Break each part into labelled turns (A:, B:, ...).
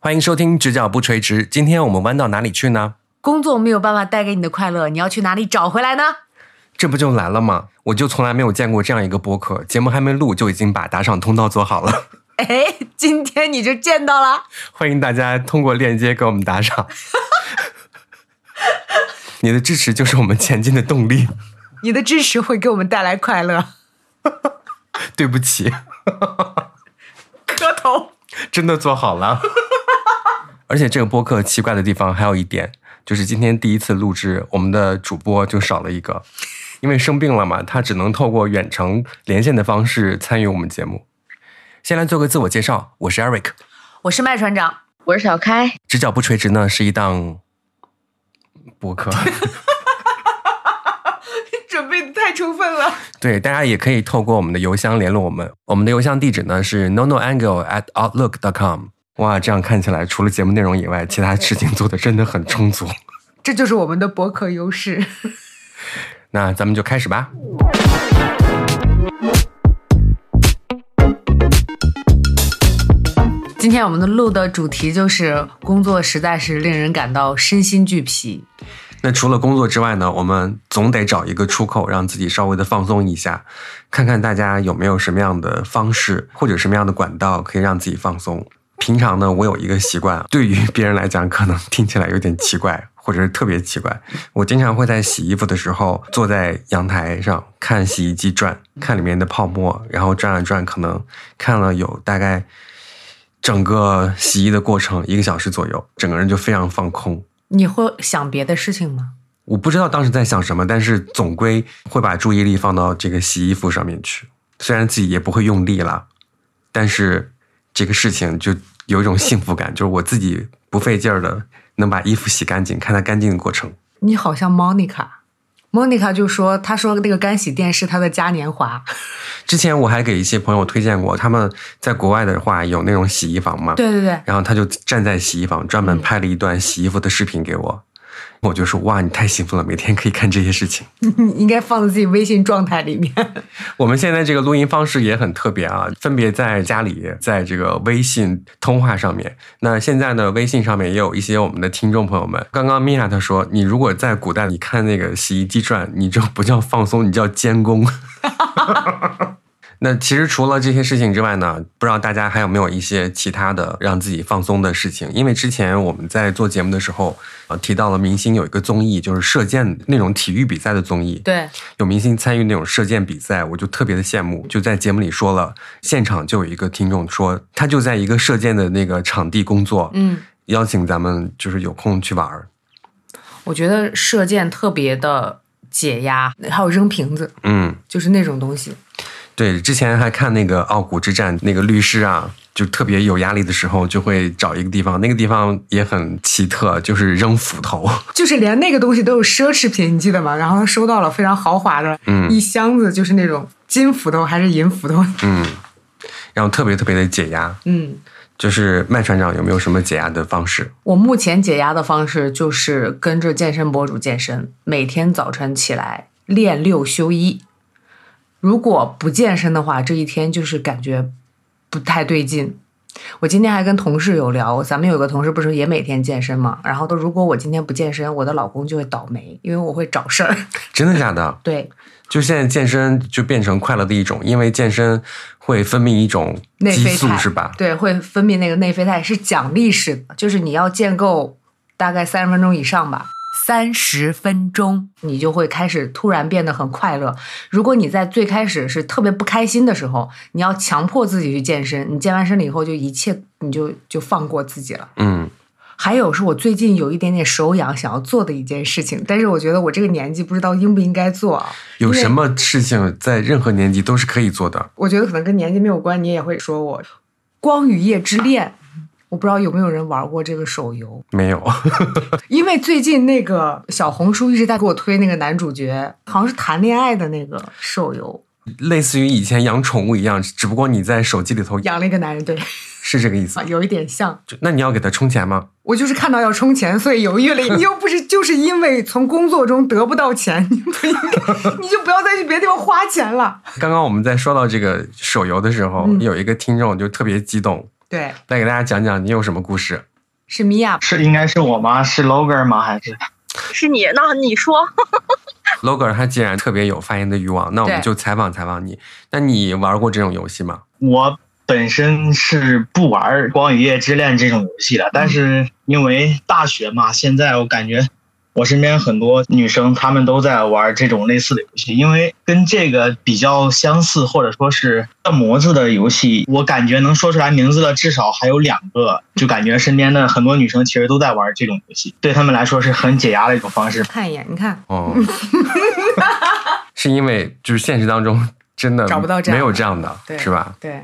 A: 欢迎收听《直角不垂直》，今天我们弯到哪里去呢？
B: 工作没有办法带给你的快乐，你要去哪里找回来呢？
A: 这不就来了吗？我就从来没有见过这样一个播客，节目还没录就已经把打赏通道做好了。
B: 哎，今天你就见到了。
A: 欢迎大家通过链接给我们打赏， 你的支持就是我们前进的动力。
B: 你的支持会给我们带来快乐。
A: 对不起，
B: 磕头。
A: 真的做好了。 而且这个播客奇怪的地方还有一点，就是今天第一次录制，我们的主播就少了一个，因为生病了嘛，他只能透过远程连线的方式参与我们节目。先来做个自我介绍，我是 Eric。
B: 我是麦船长，
C: 我是小开，
A: 直角不垂直呢是一档博 客，
B: 准备的太充分了。
A: 对，大家也可以透过我们的邮箱联络我们。我们的邮箱地址呢是 nonoangle at outlook dot com。哇，这样看起来，除了节目内容以外，其他事情做的真的很充足。
B: 这就是我们的博客优势。
A: 那咱们就开始吧。
B: 今天我们的录的主题就是工作实在是令人感到身心俱疲。
A: 那除了工作之外呢，我们总得找一个出口，让自己稍微的放松一下，看看大家有没有什么样的方式或者什么样的管道可以让自己放松。平常呢，我有一个习惯，对于别人来讲可能听起来有点奇怪， 或者是特别奇怪。我经常会在洗衣服的时候坐在阳台上看洗衣机转，看里面的泡沫，然后转啊转，可能看了有大概整个洗衣的过程一个小时左右，整个人就非常放空。
B: 你会想别的事情吗？
A: 我不知道当时在想什么，但是总归会把注意力放到这个洗衣服上面去。虽然自己也不会用力啦，但是这个事情就有一种幸福感，就是我自己不费劲儿的能把衣服洗干净，看它干净的过程。
B: 你好像 Monica。Monica 就说：“她说那个干洗店是她的嘉年 华。
A: 之前我还给一些朋友推荐过，他们在国外的话有那种洗衣房嘛，
B: 对对 对，
A: 然后他就站在洗衣房专门拍了一段洗衣服的视频给我，我就说哇，你太幸福了，每天可以看这些事情。
B: 你应该放在自己微信状态里面。
A: 我们现在这个录音方式也很特别啊，分别在家里，在这个微信通话上面。那现在呢，微信上面也有一些我们的听众朋友们。刚刚米娅她说，你如果在古代你看那个洗衣机转，你就不叫放松，你叫监工。 那其实除了这些事情之外呢，不知道大家还有没有一些其他的让自己放松的事情？因为之前我们在做节目的时候，呃，提到了明星有一个综艺，就是射箭那种体育比赛的综艺。
B: 对，
A: 有明星参与那种射箭比赛，我就特别的羡慕。就在节目里说了，现场就有一个听众说，他就在一个射箭的那个场地工作，
B: 嗯，
A: 邀请咱们就是有空去玩儿。
B: 我觉得射箭特别的解压，还有扔瓶子，
A: 嗯，
B: 就是那种东西。
A: 对，之前还看那个《傲骨之战》，那个律师啊，就特别有压力的时候，就会找一个地方，那个地方也很奇特，就是扔斧头。
B: 就是连那个东西都有奢侈品，你记得吗？然后他收到了非常豪华的，
A: 嗯
B: 一箱子就是那种金斧头还是银斧头，
A: 嗯，然后特别特别的解压。
B: 嗯。
A: 就是麦船长有没有什么解压的方式？
B: 我目前解压的方式就是跟着健身博主健身，每天早晨起来练六休一。如果不健身的话，这一天就是感觉不太对劲。我今天还跟同事有聊，咱们有个同事不是也每天健身嘛，然后都如果我今天不健身，我的老公就会倒霉，因为我会找事儿。
A: 真的假的？
B: 对，
A: 就现在健身就变成快乐的一种，因为健身会分泌一种
B: 内
A: 激
B: 啡
A: 素
B: 肽，
A: 是吧？
B: 对，会分泌那个内啡肽，是奖励式的，就是你要建构大概三十分钟以上吧。三十分钟，你就会开始突然变得很快乐。如果你在最开始是特别不开心的时候，你要强迫自己去健身，你健完身了以后，就一切你就就放过自己了。
A: 嗯，
B: 还有是我最近有一点点手痒，想要做的一件事情，但是我觉得我这个年纪不知道应不应该做啊。
A: 有
B: 因为
A: 什么事情在任何年纪都是可以做的。
B: 我觉得可能跟年纪没有关，你也会说我《光与夜之恋》，我不知道有没有人玩过这个手游，
A: 没有，
B: 因为最近那个小红书一直在给我推那个男主角，好像是谈恋爱的那个手游，
A: 类似于以前养宠物一样，只不过你在手机里头
B: 养了一个男人，对，
A: 是这个意思
B: 啊，。有一点像。
A: 就那你要给它充钱吗？
B: 我就是看到要充钱，所以犹豫了。你又不是就是因为从工作中得不到钱，你不应该，你就不要再去别的地方花钱了。
A: 刚刚我们在说到这个手游的时候，
B: 嗯
A: 有一个听众就特别激动，
B: 对，
A: 来给大家讲讲你有什么故事。
B: 是米娅
C: 是应该是我吗？是 Logan 吗？还是
D: 是你？那你说，
A: Logan 他既然特别有发言的欲望，那我们
B: 对
A: 就采访采访你。那你玩过这种游戏吗？
C: 我本身是不玩《光与夜之恋》这种游戏的，但是因为大学嘛，现在我感觉我身边很多女生她们都在玩这种类似的游戏，因为跟这个比较相似，或者说是按模子的游戏，我感觉能说出来名字的至少还有两个，就感觉身边的很多女生其实都在玩这种游戏，对她们来说是很解压的一种方式。
B: 看一眼，你看
A: 哦， 是因为就是现实当中真的
B: 找不到这样
A: 没
B: 的
A: 有这样的，
B: 对
A: 是吧？
B: 对。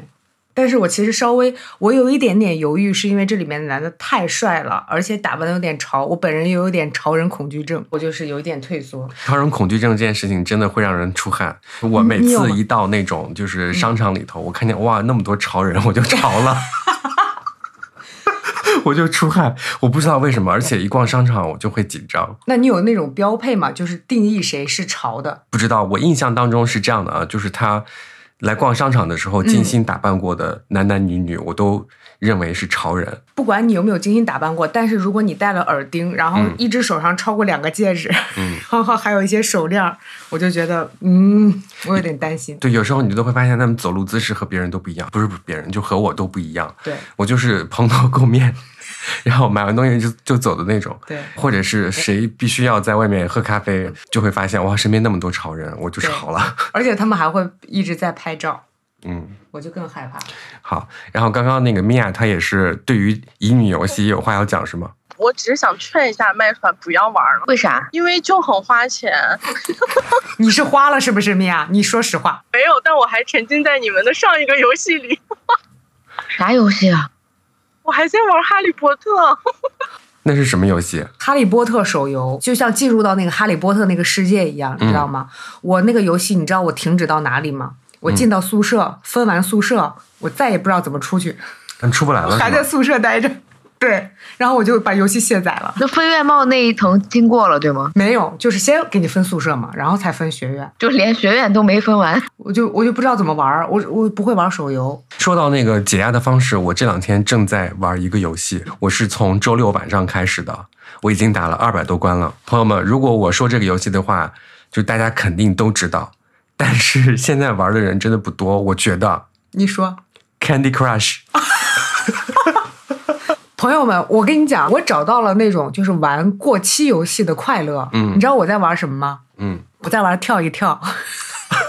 B: 但是我其实稍微，我有一点点犹豫，是因为这里面的男的太帅了，而且打扮的有点潮，我本人也有点潮人恐惧症，我就是有一点退缩。
A: 超人恐惧症这件事情真的会让人出汗。我每
B: 你有
A: 次
B: 吗嗯
A: 一到那种就是商场里头，我看见哇那么多潮人，我就潮了， 我就出汗。我不知道为什么，而且一逛商场我就会紧张。
B: 那你有那种标配吗？就是定义谁是潮的？
A: 不知道，我印象当中是这样的啊，就是他来逛商场的时候，
B: 嗯
A: 精心打扮过的男男女女，我都认为是潮人。
B: 不管你有没有精心打扮过，但是如果你戴了耳钉，然后
A: 嗯
B: 一只手上超过两个戒指，
A: 嗯
B: 然后还有一些手链儿，我就觉得，嗯，我有点担心。
A: 对，有时候你都会发现他们走路姿势和别人都不一样，不是别人，就和我都不一样。
B: 对
A: 我就是蓬头垢面，然后买完东西就就走的那种。
B: 对，
A: 或者是谁必须要在外面喝咖啡，就会发现哇，身边那么多潮人，我就潮了。
B: 而且他们还会一直在拍照，
A: 嗯，
B: 我就更害怕。
A: 好。然后刚刚那个米娅，她也是对于乙女游戏也有话要讲，是吗？
D: 我只是想劝一下麦川不要玩了，
E: 为啥？
D: 因为就很花钱。
B: 你是花了是不是，米娅？你说实话，
D: 没有，但我还沉浸在你们的上一个游戏里，
E: 啥游戏啊？
D: 我还在玩《哈利波特》。
A: 那是什么游戏？
B: 《哈利波特》手游就像进入到那个哈利波特那个世界一样，你知道吗？我那个游戏，你知道我停止到哪里吗？我进到宿舍，分完宿舍，我再也不知道怎么出去，
A: 但出不来了，
B: 还
A: 是
B: 在
A: 吗？
B: 宿舍待着。对，然后我就把游戏卸载了。
E: 那分院帽那一层经过了，对吗？
B: 没有，就是先给你分宿舍嘛，然后才分学院。
E: 就连学院都没分完，
B: 我就我就不知道怎么玩儿，我我不会玩手游。
A: 说到那个解压的方式，我这两天正在玩一个游戏，我是从周六晚上开始的，我已经打了二百多关了。朋友们，如果我说这个游戏的话，就大家肯定都知道，但是 现在玩的人真的不多。我觉得
B: 你说，
A: Candy Crush
B: 朋友们，我跟你讲，我找到了那种就是玩过期游戏的快乐。
A: 嗯
B: 你知道我在玩什么吗？
A: 嗯，
B: 我在玩跳一跳，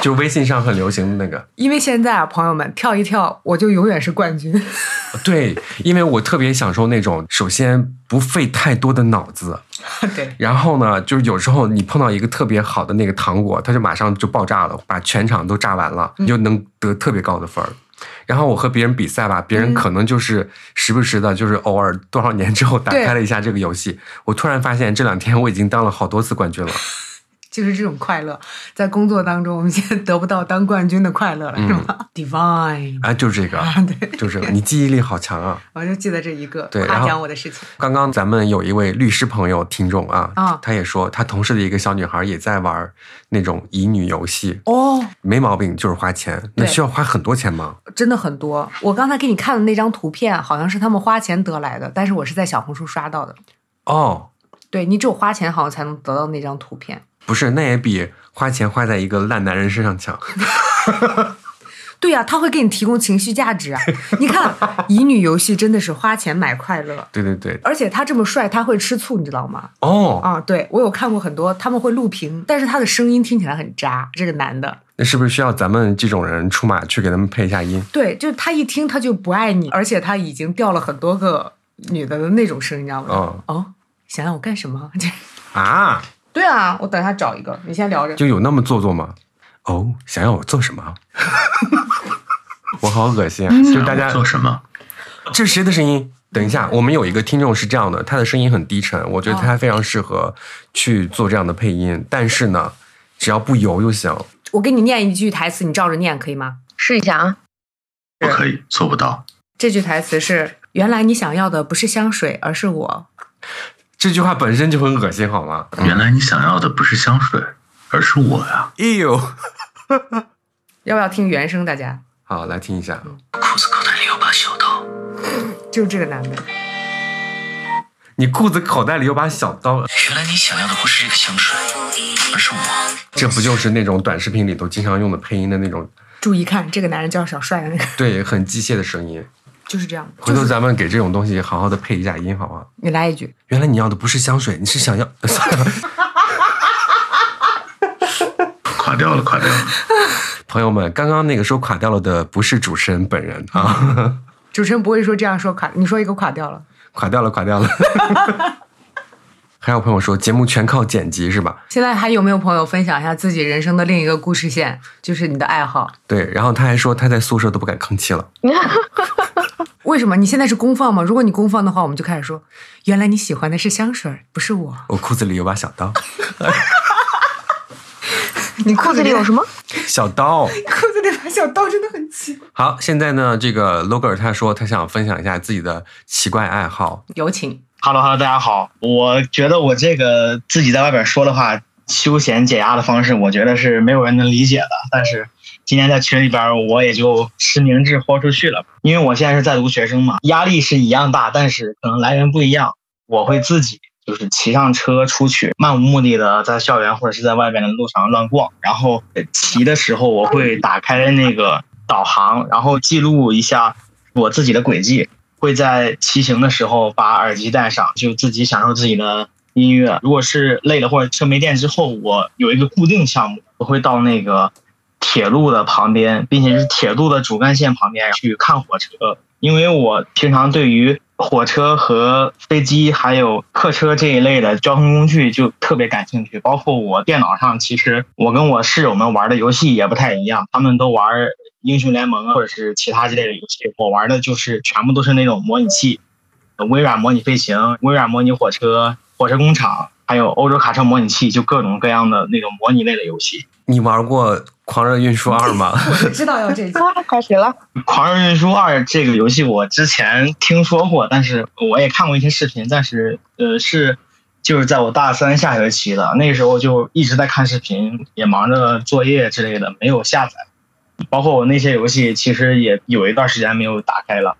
A: 就微信上很流行的那个。
B: 因为现在啊，朋友们，跳一跳我就永远是冠军。
A: 对，因为我特别享受那种首先不费太多的脑子，
B: 对，
A: 然后呢，就是有时候你碰到一个特别好的那个糖果，它就马上就爆炸了，把全场都炸完
B: 嗯
A: 了，你就能得特别高的分儿。然后我和别人比赛吧，别人可能就是时不时的，就是偶尔多少年之后打
B: 对
A: 开了一下这个游
B: 嗯
A: 戏，我突然发现这两天我已经当了好多次冠军了。
B: 就是这种快乐，在工作当中，我们现在得不到当冠军的快
A: 嗯
B: 乐了，是吗？Divine
A: 哎，就是这 个，
B: 啊，对，
A: 就是这个，你记忆力好强啊！
B: 我就记得这一个
A: 对然
B: 夸
A: 后
B: 奖我的事情。
A: 刚刚咱们有一位律师朋友听众啊，
B: 啊
A: 他也说他同事的一个小女孩也在玩那种乙女游戏，
B: 哦，
A: 没毛病，就是花钱。那
B: 对
A: 需要花很多钱吗？
B: 真的很多。我刚才给你看的那张图片，好像是他们花钱得来的，但是我是在小红书刷到的。
A: 哦，
B: 对你只有花钱好像才能得到那张图片。
A: 不是，那也比花钱花在一个烂男人身上强。
B: 对呀、他会给你提供情绪价值啊！你看，乙女游戏真的是花钱买快乐，
A: 对对对，
B: 而且他这么帅，他会吃醋，你知道吗？
A: 哦，
B: 啊，对我有看过很多，他们会录屏，但是他的声音听起来很渣。这个男的，
A: 那是不是需要咱们这种人出马去给他们配一下音？
B: 对，就是他一听他就不爱你，而且他已经掉了很多个女的的那种声，你知道吗？
A: 嗯
B: 哦，想让我干什么？
A: 啊，
B: 对啊，我等一下找一个，你先聊着。
A: 就有那么做作吗？哦，想要我做什么？ 我好恶心
C: 嗯
A: 啊！就大家
C: 做什么？嗯
A: 这是谁的声音？等一下，我们有一个听众是这样的，他的声音很低沉，我觉得他非常适合去做这样的配音。但是呢，只要不油就行。
B: 我给你念一句台词，你照着念可以吗？
E: 试一下啊。
F: 不可以，做不到。
B: 这句台词是：原来你想要的不是香水，而是我。
A: 这句话本身就很恶心，好吗？
C: 嗯
F: 原来你想要的不是香水，而是我呀、
A: 哎呦，
B: 要不要听原声？大家
A: 好，来听一下。
F: 裤子口袋里有把小刀，
B: 就是这个男的，
A: 你裤子口袋里有把小刀，
G: 原来你想要的不是这个香水，而是我。
A: 这不就是那种短视频里头经常用的配音的那种，
B: 注意看，这个男人叫小帅的那个，
A: 对，很机械的声音。
B: 就是这样。
A: 回
B: 就
A: 头
B: 是
A: 咱们给这种东西好好的配一下音，好不好？
B: 你来一句，
A: 原来你要的不是香水，你是想要 算了。
F: 垮掉了，垮掉了。
A: 朋友们，刚刚那个说垮掉了的不是主持人本人啊，
B: 主持人不会说这样说垮，你说一个垮掉了，
A: 垮掉了，垮掉了。 还有朋友说节目全靠剪辑是吧？
B: 现在还有没有朋友分享一下自己人生的另一个故事线，就是你的爱好？
A: 对，然后他还说他在宿舍都不敢吭气了。
B: 为什么你现在是公放吗？如果你公放的话，我们就开始说，原来你喜欢的是香水儿，不是我。
A: 我裤子里有把小刀，
B: 你
E: 裤子里有什么？
A: 小刀。
B: 裤子里把小刀真的很奇怪。
A: 好，现在呢，这个 Loger 他说他想分享一下自己的奇怪爱好，
B: 有请。
C: Hello Hello，大家好。我觉得我这个自己在外边说的话，休闲解压的方式，我觉得是没有人能理解的。但是今天在群里边，我也就实名制豁出去了，因为我现在是在读学生嘛，压力是一样大，但是可能来源不一样。我会自己就是骑上车出去，漫无目的的在校园或者是在外边的路上乱逛，然后呃骑的时候我会打开那个导航，然后记录一下我自己的轨迹，会在骑行的时候把耳机戴上，就自己享受自己的音乐。如果是累了或者车没电之后，我有一个固定项目，我会到那个铁路的旁边，并且是铁路的主干线旁边去看火车，因为我平常对于火车和飞机还有客车这一类的交通工具就特别感兴趣。包括我电脑上，其实我跟我室友们玩的游戏也不太一样，他们都玩英雄联盟啊，或者是其他之类的游戏，我玩的就是全部都是那种模拟器，呃微软模拟飞行、微软模拟火车、火车工厂，还有欧洲卡车模拟器，就各种各样的那种模拟类的游戏。
A: 你玩过《狂热运输二》吗？
B: 知道要这句。
E: 啊，开始了。
C: 《狂热运输二》这个游戏我之前听说过，但是我也看过一些视频，但是呃是就是在我大三下学期的那时候就一直在看视频，也忙着作业之类的，没有下载。包括我那些游戏，其实也有一段时间没有打开了。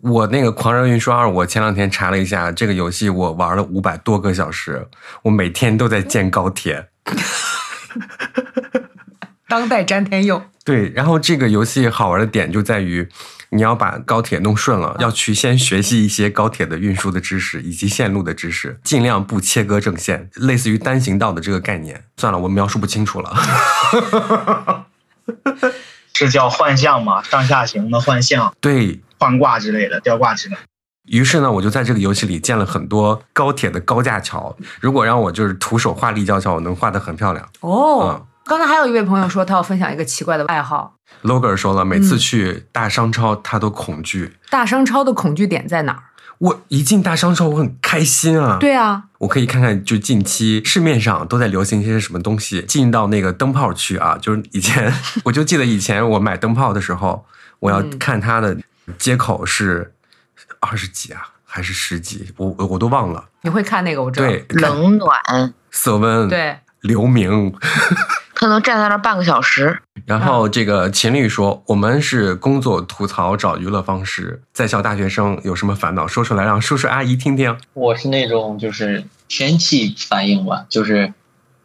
A: 我那个《狂热运输二》，我前两天查了一下，这个游戏我玩了五百多个小时，我每天都在建高铁。
B: 当代詹天佑，
A: 对，然后这个游戏好玩的点就在于，你要把高铁弄顺了，要去先学习一些高铁的运输的知识以及线路的知识，尽量不切割正线，类似于单行道的这个概念。算了，我描述不清楚了。
C: 是叫幻象嘛，上下行的幻象、
A: 对，
C: 幻卦之类的、吊挂之类的。
A: 于是呢，我就在这个游戏里建了很多高铁的高架桥。如果让我就是徒手画立交桥，我能画得很漂亮。
B: 哦，刚才还有一位朋友说他要分享一个奇怪的爱好，
A: Loger 说了，每
B: 嗯
A: 次去大商超他都恐惧。
B: 大商超的恐惧点在哪儿？
A: 我一进大商超，我很开心啊！，
B: 对啊，
A: 我可以看看，就近期市面上都在流行一些什么东西。进到那个灯泡区啊，就是以前 我就记得以前我买灯泡的时候，我要
B: 嗯
A: 看它的接口是二十几啊，还是十几？我我我都忘了。
B: 你会看那个我知道。
A: 对， 看
E: 冷暖，
A: 色温，，
B: 啊对
A: 流明，
E: 他能站在那儿半个小时。
A: 然后这个秦律说，我们是工作吐槽找娱乐方式，在校大学生有什么烦恼说出来，让叔叔阿姨听听。
H: 我是那种就是天气反应吧，就是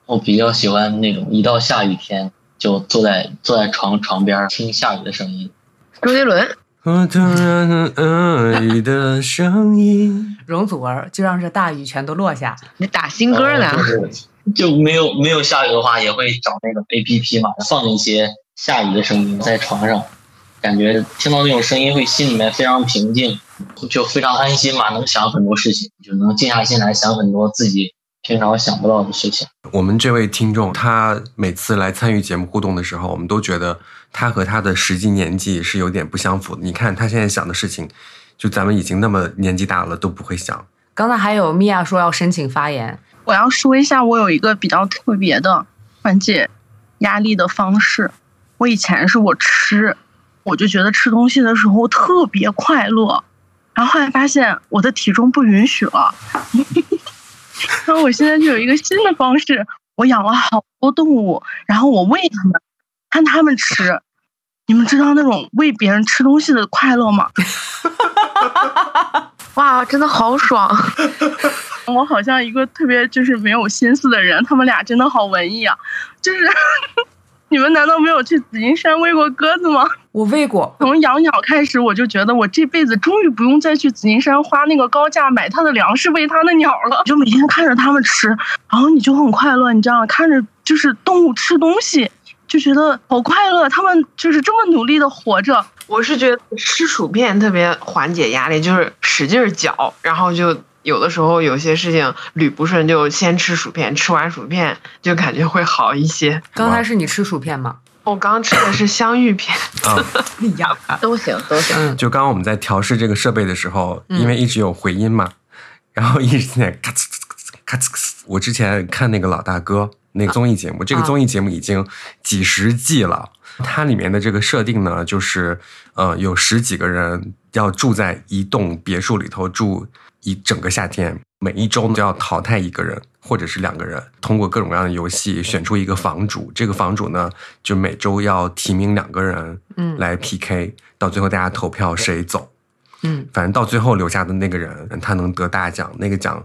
H: 我比较喜欢那种一到下雨天就坐在坐在床床边儿听下雨的声音。
E: 周杰伦，
A: 我嗯突然很爱你的声音。
B: 容祖儿就让这大雨全都落下。
E: 你打新歌呢
A: 哦
H: 然？后就是就没有没有下雨的话，也会找那种 A P P 嘛，放一些下雨的声音在床上，感觉听到那种声音会心里面非常平静，就非常安心嘛，能想很多事情，就能静下心来想很多自己平常想不到的事情。
A: 我们这位听众，他每次来参与节目互动的时候，我们都觉得他和他的实际年纪是有点不相符的。你看他现在想的事情，就咱们已经那么年纪大了都不会想。
B: 刚才还有米娅说要申请发言，
D: 我要说一下，我有一个比较特别的缓解压力的方式。我以前是我吃，我就觉得吃东西的时候特别快乐，然后后来发现我的体重不允许了， 然后我现在就有一个新的方式，我养了好多动物，然后我喂它们，看它们吃。你们知道那种喂别人吃东西的快乐吗？
E: 哇，真的好爽！
D: 我好像一个特别就是没有心思的人，他们俩真的好文艺啊！就是 你们难道没有去紫金山喂过鸽子吗？
B: 我喂过，
D: 从养鸟开始，我就觉得我这辈子终于不用再去紫金山花那个高价买它的粮食喂它的鸟了，你就每天看着它们吃，然后你就很快乐，你知道吗？看着就是动物吃东西，就觉得好快乐，它们就是这么努力的活着。
I: 我是觉得吃薯片特别缓解压力，就是使劲儿嚼，然后就有的时候有些事情捋不顺，就先吃薯片，吃完薯片就感觉会好一些。
B: 刚才是你吃薯片吗？
I: 我刚吃的是香芋片，
A: 啊、
B: 你呀，
E: 都行都行，
B: 嗯，
A: 就刚刚我们在调试这个设备的时候，
B: 嗯
A: 因为一直有回音嘛，然后一直在咔呲咔呲咔呲咔呲。我之前看那个老大哥那个综艺节目，这个
B: 啊
A: 综艺节目已经几十季了。它里面的这个设定呢，就是呃，有十几个人要住在一栋别墅里头住一整个夏天，每一周都要淘汰一个人或者是两个人，通过各种各样的游戏选出一个房主。这个房主呢，就每周要提名两个人，
B: 嗯
A: 来 PK，到最后大家投票谁走，
B: 嗯，
A: 反正到最后留下的那个人，他能得大奖。那个奖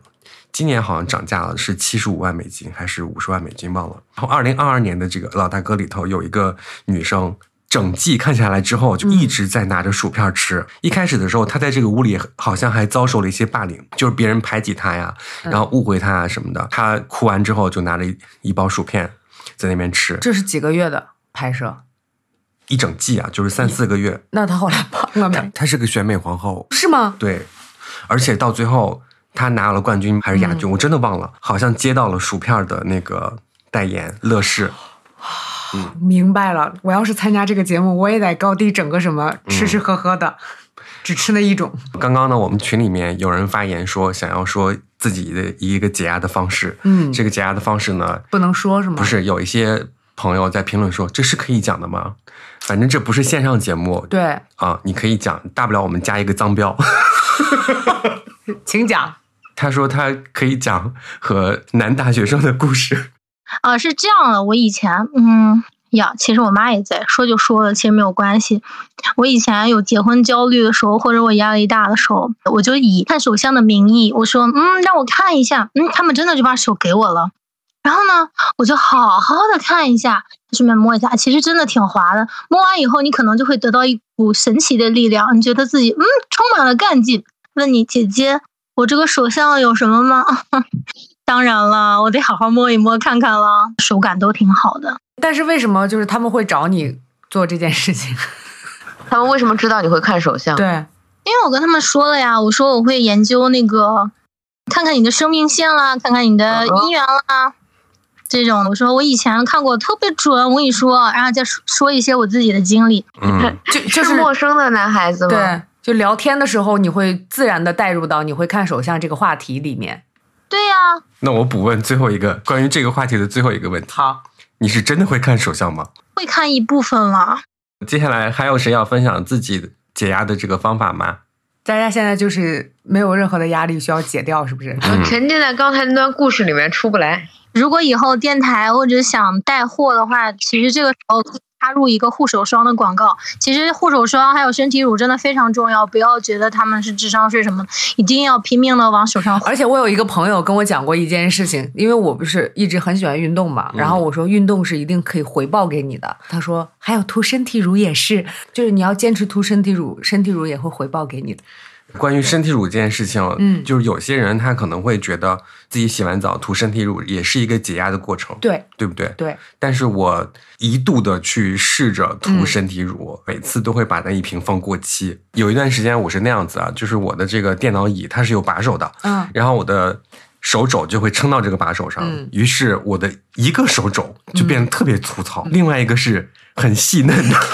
A: 今年好像涨价了，是七十五万美金还是五十万美金忘了。然后二零二二年的这个老大哥里头有一个女生。整季看下来之后，就一直在拿着薯片吃。一开始的时候，她在这个屋里好像还遭受了一些霸凌，就是别人排挤她呀，然后误会她啊什么的。她哭完之后，就拿着一一包薯片在那边吃，
B: 这是几个月的拍摄，
A: 一整季啊，就是三四个月。
B: 那他后来胖了没？
A: 她是个选美皇后，
B: 是吗？
A: 对，而且到最后他拿了冠军还是亚
B: 嗯
A: 军，我真的忘了，好像接到了薯片的那个代言乐视。
B: 明白了，我要是参加这个节目，我也得高低整个什么吃吃喝喝的，只吃那一种。
A: 刚刚呢，我们群里面有人发言说想要说自己的一个解压的方式，
B: 嗯，
A: 这个解压的方式呢，
B: 不能说是吗？
A: 不，是有一些朋友在评论说这是可以讲的吗？反正这不是线上节目，
B: 对，
A: 啊，你可以讲，大不了我们加一个脏标。
B: 请讲。
A: 他说他可以讲和男大学生的故事。
J: 啊，是这样的，我以前，嗯呀，其实我妈也在说就说了，其实没有关系。我以前有结婚焦虑的时候，或者我压力大的时候，我就以看手相的名义，我说，嗯，让我看一下，嗯，他们真的就把手给我了。然后呢，我就好好的看一下，顺便摸一下，其实真的挺滑的。摸完以后，你可能就会得到一股神奇的力量，你觉得自己嗯充满了干劲。问你姐姐，我这个手相有什么吗？ 当然了，我得好好摸一摸看看了，手感都挺好的。
B: 但是为什么就是他们会找你做这件事情？
E: 他们为什么知道你会看手相？
B: 对，
J: 因为我跟他们说了呀，我说我会研究那个，看看你的生命线啦，看看你的
A: 哦
J: 姻缘啦，这种。我说我以前看过特别准，我跟你说，然后再说说一些我自己的经历。
A: 嗯，
B: 就就是是
E: 陌生的男孩子吗？，
B: 对，就聊天的时候你会自然的带入到你会看手相这个话题里面。
J: 对呀、
A: 那我补问最后一个关于这个话题的最后一个问题。
B: 好，
A: 你是真的会看手相吗？
J: 会看一部分了。
A: 接下来还有谁要分享自己解压的这个方法吗？
B: 大家现在就是没有任何的压力需要解掉，是不是？
A: 嗯
E: 沉浸在刚才那段故事里面出不来。
J: 如果以后电台或者想带货的话，其实这个时候可以插入一个护手霜的广告。其实护手霜还有身体乳真的非常重要，不要觉得他们是智商税什么的，一定要拼命的往手上
B: 而且我有一个朋友跟我讲过一件事情，因为我不是一直很喜欢运动嘛，
A: 嗯
B: 然后我说运动是一定可以回报给你的，他说还有涂身体乳也是，就是你要坚持涂身体乳，身体乳也会回报给你的。
A: 关于身体乳这件事情，
B: 嗯
A: 就是有些人他可能会觉得自己洗完澡涂身体乳也是一个解压的过程，
B: 对
A: 对不对？
B: 对，
A: 但是我一度的去试着涂
B: 嗯
A: 身体乳，每次都会把那一瓶放过期。有一段时间我是那样子啊，就是我的这个电脑椅它是有把手的，
B: 嗯，
A: 然后我的手肘就会撑到这个把手上，
B: 嗯
A: 于是我的一个手肘就变得特别粗糙，另外一个是很细嫩的。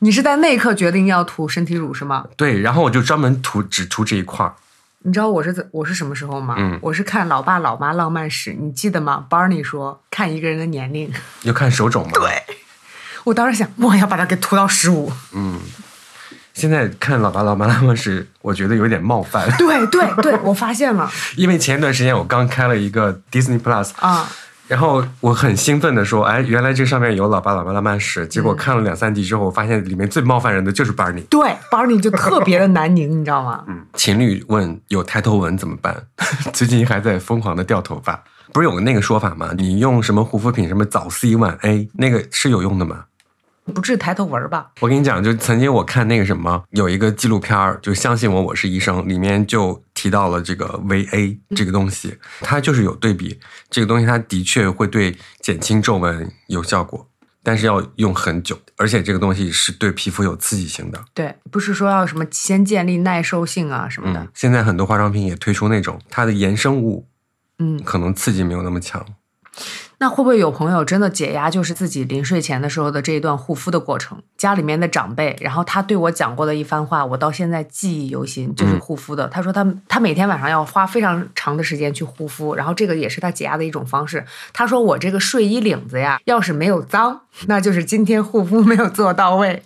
B: 你是在那一刻决定要涂身体乳是吗？
A: 对，然后我就专门涂只涂这一块儿。
B: 你知道我是怎我是什么时候吗？
A: 嗯
B: 我是看《老爸老妈浪漫史》，你记得吗？Barney 说看一个人的年龄，
A: 要看手肘吗？对，
B: 我当时想我要把它给涂到十五。
A: 嗯。现在看《老爸老妈浪漫史》，我觉得有点冒犯，
B: 对对对，我发现了
A: 因为前一段时间我刚开了一个 Disney Plus，
B: 啊，
A: 然后我很兴奋的说：“哎，原来这上面有老爸、老妈、浪漫史。”结果看了两三集之后，我发现里面最冒犯人的就是 Barney。
B: 对，Barney 就特别的难拧，你知道吗？
A: 嗯，情侣问有抬头纹怎么办？ 最近还在疯狂的掉头发，不是有个那个说法吗？你用什么护肤品，什么早 C 晚 A，那个是有用的吗？
B: 不治抬头纹吧？
A: 我跟你讲，就曾经我看那个什么，有一个纪录片儿，就《相信我，我是医生》，里面就提到了这个 VA 这个东西，它就是有对比，这个东西它的确会对减轻皱纹有效果，但是要用很久，而且这个东西是对皮肤有刺激性的。
B: 对，不是说要什么先建立耐受性啊什么的。
A: 嗯，现在很多化妆品也推出那种它的衍生物，
B: 嗯
A: 可能刺激没有那么强。
B: 那会不会有朋友真的解压，就是自己临睡前的时候的这一段护肤的过程？家里面的长辈，然后他对我讲过的一番话，我到现在记忆犹新，就是护肤的。他说他他每天晚上要花非常长的时间去护肤，然后这个也是他解压的一种方式。他说我这个睡衣领子呀，要是没有脏，那就是今天护肤没有做到位。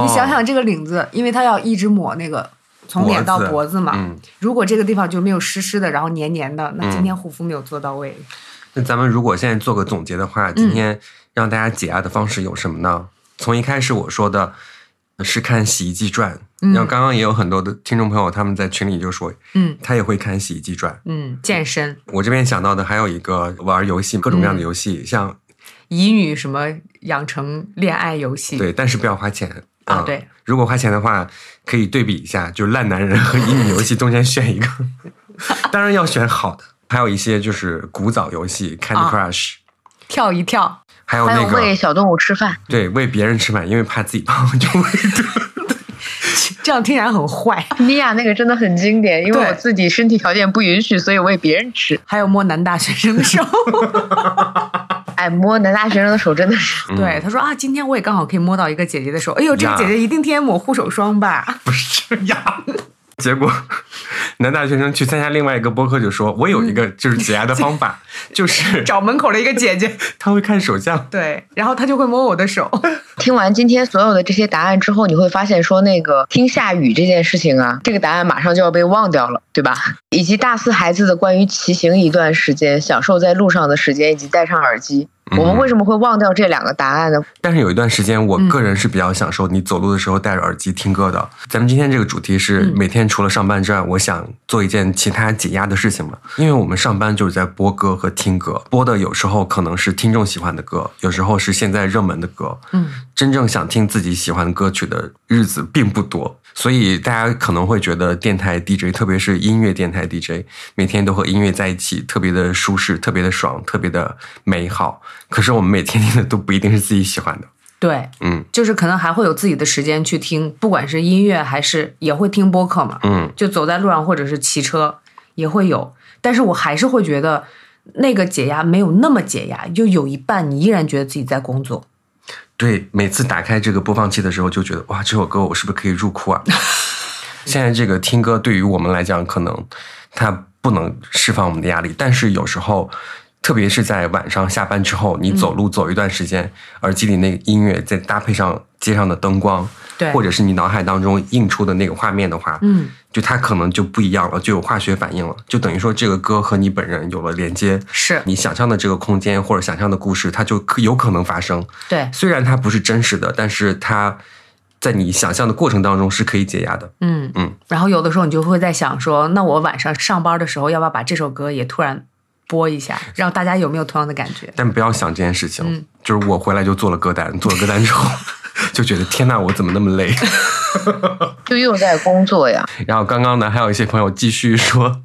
B: 你想想这个领子，因为它要一直抹那个从脸到脖子嘛，
A: 嗯
B: 如果这个地方就没有湿湿的，然后黏黏的，那今
A: 嗯
B: 天护肤没有做到位。嗯
A: 那咱们如果现在做个总结的话，今天让大家解压的方式有什么呢？从一开始我说的呃是看《洗衣机传》，
B: 嗯
A: 然后刚刚也有很多的听众朋友他们在群里就说，
B: 嗯
A: 他也会看《洗衣机传
B: 嗯，健身》。。
A: 我这边想到的还有一个玩游戏，各种各样的
B: 嗯
A: 游戏，像
B: 乙女什么养成恋爱游戏，
A: 对，但是不要花钱
B: 啊
A: 嗯
B: 对
A: 如果花钱的话，可以对比一下，就烂男人和乙女游戏中间选一个， 当然要选好的。还有一些就是古早游戏，Candy
B: 啊
A: Crush，、
B: 跳一跳，
A: 还有
E: 还
A: 那
E: 有
A: 个
E: 喂小动物吃饭，
A: 对，喂别人吃饭，因为怕自己胖，就喂。
B: 这样听起来很坏。
E: 米娅那个真的很经典，因为
B: 对
E: 我自己身体条件不允许，所以喂别人吃。
B: 还有摸男大学生的手，
E: 哎，摸男大学生的手真的是，
A: 嗯
B: 对，他说啊，今天我也刚好可以摸到一个姐姐的手，哎呦，这个
A: 呀
B: 姐姐一定天天抹护手霜 吧？
A: 不是这样。结果，男大学生去参加另外一个播客，就说：“我
E: 嗯
A: 有一个就是解压的方 法，就是
B: 找门口的一个姐姐，
A: 他会看手相。
B: 对，然后她就会摸我的手，
E: 听完今天所有的这些答案之后，你会发现说那个听下雨这件事情啊，这个答案马上就要被忘掉了，对吧？以及大四孩子的关于骑行一段时间、享受在路上的时间以及戴上耳机，我们
A: 嗯
E: 为什么会忘掉这两个答案呢？”
A: 但是有一段时间，我
E: 嗯
A: 个人是比较享受你走路的时候戴着耳机听歌的。咱们今天这个主题是
B: 嗯
A: 每天除了上班之外，我想做一件其他解压的事情嘛。因为我们上班就是在播歌和听歌，播的有时候可能是听众喜欢的歌，有时候是现在热门的歌。
B: 嗯，
A: 真正想听自己喜欢的歌曲的日子并不多，所以大家可能会觉得电台 DJ，特别是音乐电台 DJ，每天都和音乐在一起，特别的舒适，特别的爽，特别的美好。可是我们每天听的都不一定是自己喜欢的，
B: 对，
A: 嗯
B: 就是可能还会有自己的时间去听，不管是音乐还是也会听播客嘛，
A: 嗯，
B: 就走在路上或者是骑车也会有，但是我还是会觉得那个解压没有那么解压，就有一半你依然觉得自己在工作。
A: 对。每次打开这个播放器的时候，就觉得哇，这首歌我是不是可以入库啊？现在这个听歌对于我们来讲，可能它不能释放我们的压力，但是有时候，特别是在晚上下班之后，你
B: 嗯
A: 走路走一段时间，耳机里那个音乐再搭配上街上的灯光，
B: 对
A: 或者是你脑海当中映出的那个画面的话，
B: 嗯，
A: 就它可能就不一样了，就有化学反应了，就等于说这个歌和你本人有了连接，
B: 是
A: 你想象的这个空间或者想象的故事，它就可有可能发生。
B: 对，
A: 虽然它不是真实的，但是它在你想象的过程当中是可以解压的。
B: 嗯
A: 嗯。
B: 然后有的时候你就会在想说，那我晚上上班的时候，要不要把这首歌也突然播一下，让大家有没有同样的感觉？
A: 但不要想这件事情。
B: 嗯
A: 就是我回来就做了歌单，做了歌单之后 就觉得天呐，我怎么那么 累？
E: 就又在工作呀，
A: 然后刚刚呢，还有一些朋友继续说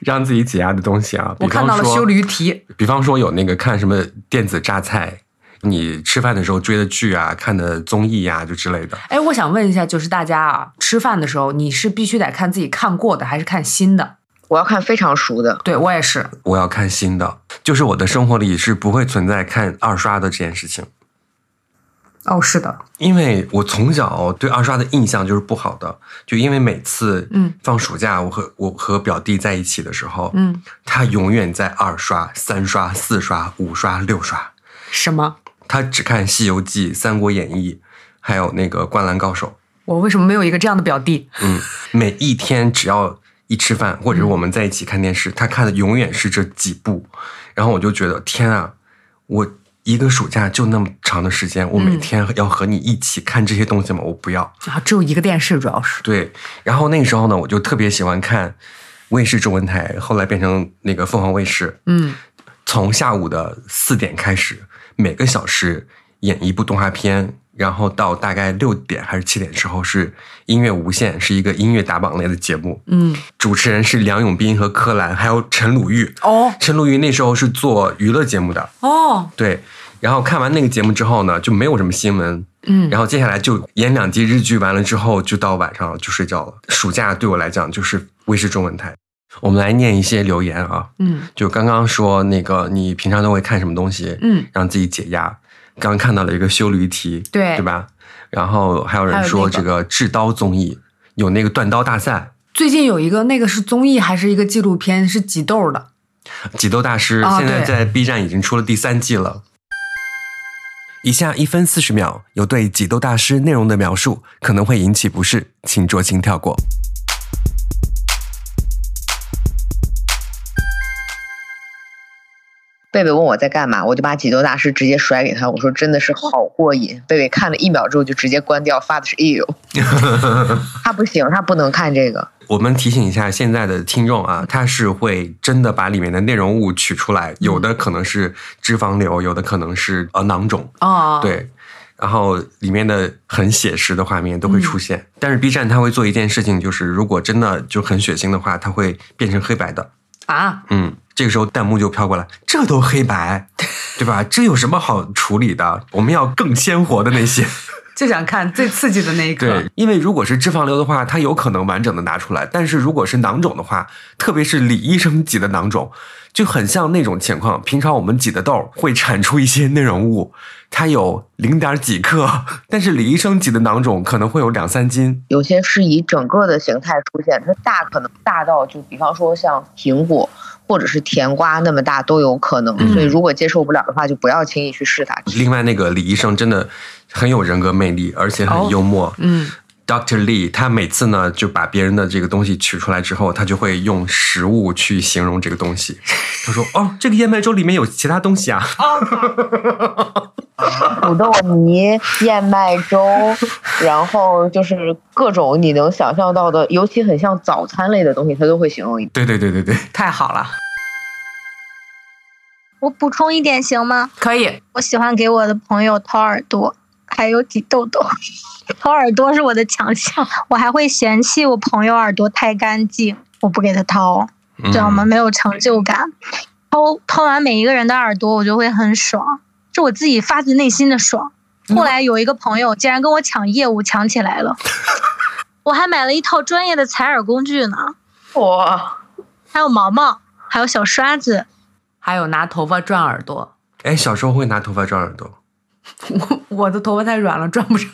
A: 让自己解压的东西啊，
B: 我
A: 比方
B: 看到了
A: 说
B: 修驴蹄，
A: 比方说有那个看什么电子榨菜，你吃饭的时候追的剧啊、看的综艺呀、就之类的。
B: 哎，我想问一下，就是大家啊，吃饭的时候你是必须得看自己看过的，还是看新的？
E: 我要看非常熟的。
B: 对我也是，
A: 我要看新的，就是我的生活里是不会存在看二刷的这件事情，
B: 哦，是的，
A: 因为我从小对二刷的印象就是不好的，就因为每次
B: 嗯
A: 放暑假，我和我和表弟在一起的时候，
B: 嗯，
A: 他永远在二刷、三刷、四刷、五刷、六刷，
B: 什么？
A: 他只看《西游记》《三国演义》，还有那个《灌篮高手》。
B: 我为什么没有一个这样的表弟？
A: 嗯，每一天只要一吃饭，或者是我们在一起看电视，他看的永远是这几部，然后我就觉得天啊，我一个暑假就那么长的时间，我每
B: 嗯
A: 天要和你一起看这些东西吗？我不要。
B: 啊，只有一个电视，主要是
A: 对，然后那个时候呢，我就特别喜欢看卫视中文台，后来变成那个凤凰卫视，
B: 嗯，
A: 从下午的四点开始，每个小时演一部动画片，然后到大概六点还是七点之后是音乐无限，是一个音乐打榜类的节目，
B: 嗯，
A: 主持人是梁永斌和柯蓝，还有陈鲁豫。
B: 哦
A: 陈鲁豫那时候是做娱乐节目的，
B: 哦，
A: 对。然后看完那个节目之后呢，就没有什么新闻，
B: 嗯，
A: 然后接下来就演两集日剧，完了之后就到晚上了，就睡觉了。暑假对我来讲就是卫视中文台。我们来念一些留言啊，
B: 嗯
A: 就刚刚说那个你平常都会看什么东西，
B: 嗯，
A: 让自己解压。刚看到了一个修驴题，
B: 对
A: 对吧？然后还有人说
B: 还有那
A: 这
B: 个
A: 个制刀综艺有那个断刀大赛，
B: 最近有一个那个是综艺还是一个纪录片，是挤豆的，
A: 挤豆大师
B: 啊
A: 现在
B: 对
A: 在 B 站已经出了第三季了。以下一分四十秒有对挤豆大师内容的描述，可能会引起不适，请酌情跳过。
E: 贝贝问我在干嘛，我就把挤豆大师直接甩给他，我说真的是好过瘾。贝贝看了一秒之后就直接关掉，发的是 e u 他不行，他不能看这个。
A: 我们提醒一下现在的听众啊，他是会真的把里面的内容物取出来，有的可能是脂肪瘤，有的可能是呃囊肿，
B: 哦，，
A: 对。然后里面的很写实的画面都会出现，但是 B 站它会做一件事情，就是如果真的就很血腥的话，它会变成黑白的。
B: 啊，
A: 嗯，这个时候弹幕就飘过来，这都黑白，对吧？这有什么好处理的？我们要更鲜活的那些。
B: 就想看最刺激的那一刻
A: 对，，因为如果是脂肪瘤的话，它有可能完整的拿出来；但是如果是囊肿的话，特别是李医生挤的囊肿，就很像那种情况。平常我们挤的豆会产出一些内容物，它有零点几克，但是李医生挤的囊肿可能会有两三斤。
E: 有些是以整个的形态出现，它大可能大到就比方说像苹果或者是甜瓜那么大都有可能，
A: 嗯
E: 所以如果接受不了的话，就不要轻易去试它。
A: 另外，那个李医生真的很有人格魅力，而且很幽默。
B: 嗯
A: Dr. Lee，他每次呢就把别人的这个东西取出来之后，他就会用食物去形容这个东西。他说：“哦，这个燕麦粥里面有其他东西啊。
E: 土豆泥、燕麦粥，然后就是各种你能想象到的，尤其很像早餐类的东西，它都会形容一”遍。
A: 对对对对对，
B: 太好了，
J: 我补充一点行吗？
B: 可以，
J: 我喜欢给我的朋友掏耳朵，还有挤痘痘。 掏耳朵是我的强项，我还会嫌弃我朋友耳朵太干净，我不给他掏，
A: 嗯
J: 知道吗？？没有成就感。掏掏完每一个人的耳朵，我就会很爽，是我自己发自内心的爽。后来有一个朋友竟然跟我抢业务，抢起来了，我还买了一套专业的采耳工具呢，
E: 哇，
J: 还有毛毛，还有小刷子。
B: 还有拿头发转耳朵，
A: 哎，小时候会拿头发抓耳朵，
B: 我我的头发太软了，转不成，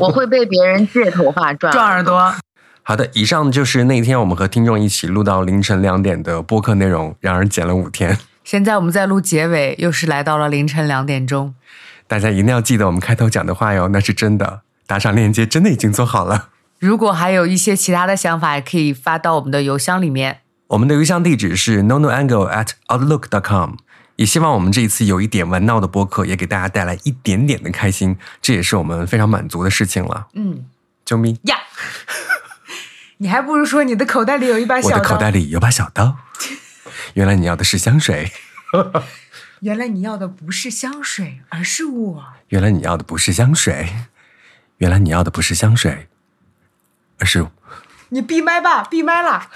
E: 我会被别人借头发转
B: 转耳朵，
A: 好的，以上就是那天我们和听众一起录到凌晨两点的播客内容，然而剪了五天。
B: 现在我们在录结尾，又是来到了凌晨两点钟。
A: 大家一定要记得我们开头讲的话哟，那是真的。打赏链接真的已经做好了。
B: 如果还有一些其他的想法，也可以发到我们的邮箱里面。
A: 我们的邮箱地址是 nonoangle at outlook.com。也希望我们这一次有一点玩闹的播客，也给大家带来一点点的开心，这也是我们非常满足的事情了。
B: 嗯
A: 救命！
B: 呀，你还不如说你的口袋里有一把
A: 我
B: 哎小
A: 的
B: 刀。
A: 口袋里有把小刀，原来你要的是香水，
B: 原来你要的不是香水，而是我。
A: 原来你要的不是香水，原来你要的不是香水，而是
B: 你闭麦吧，闭麦啦。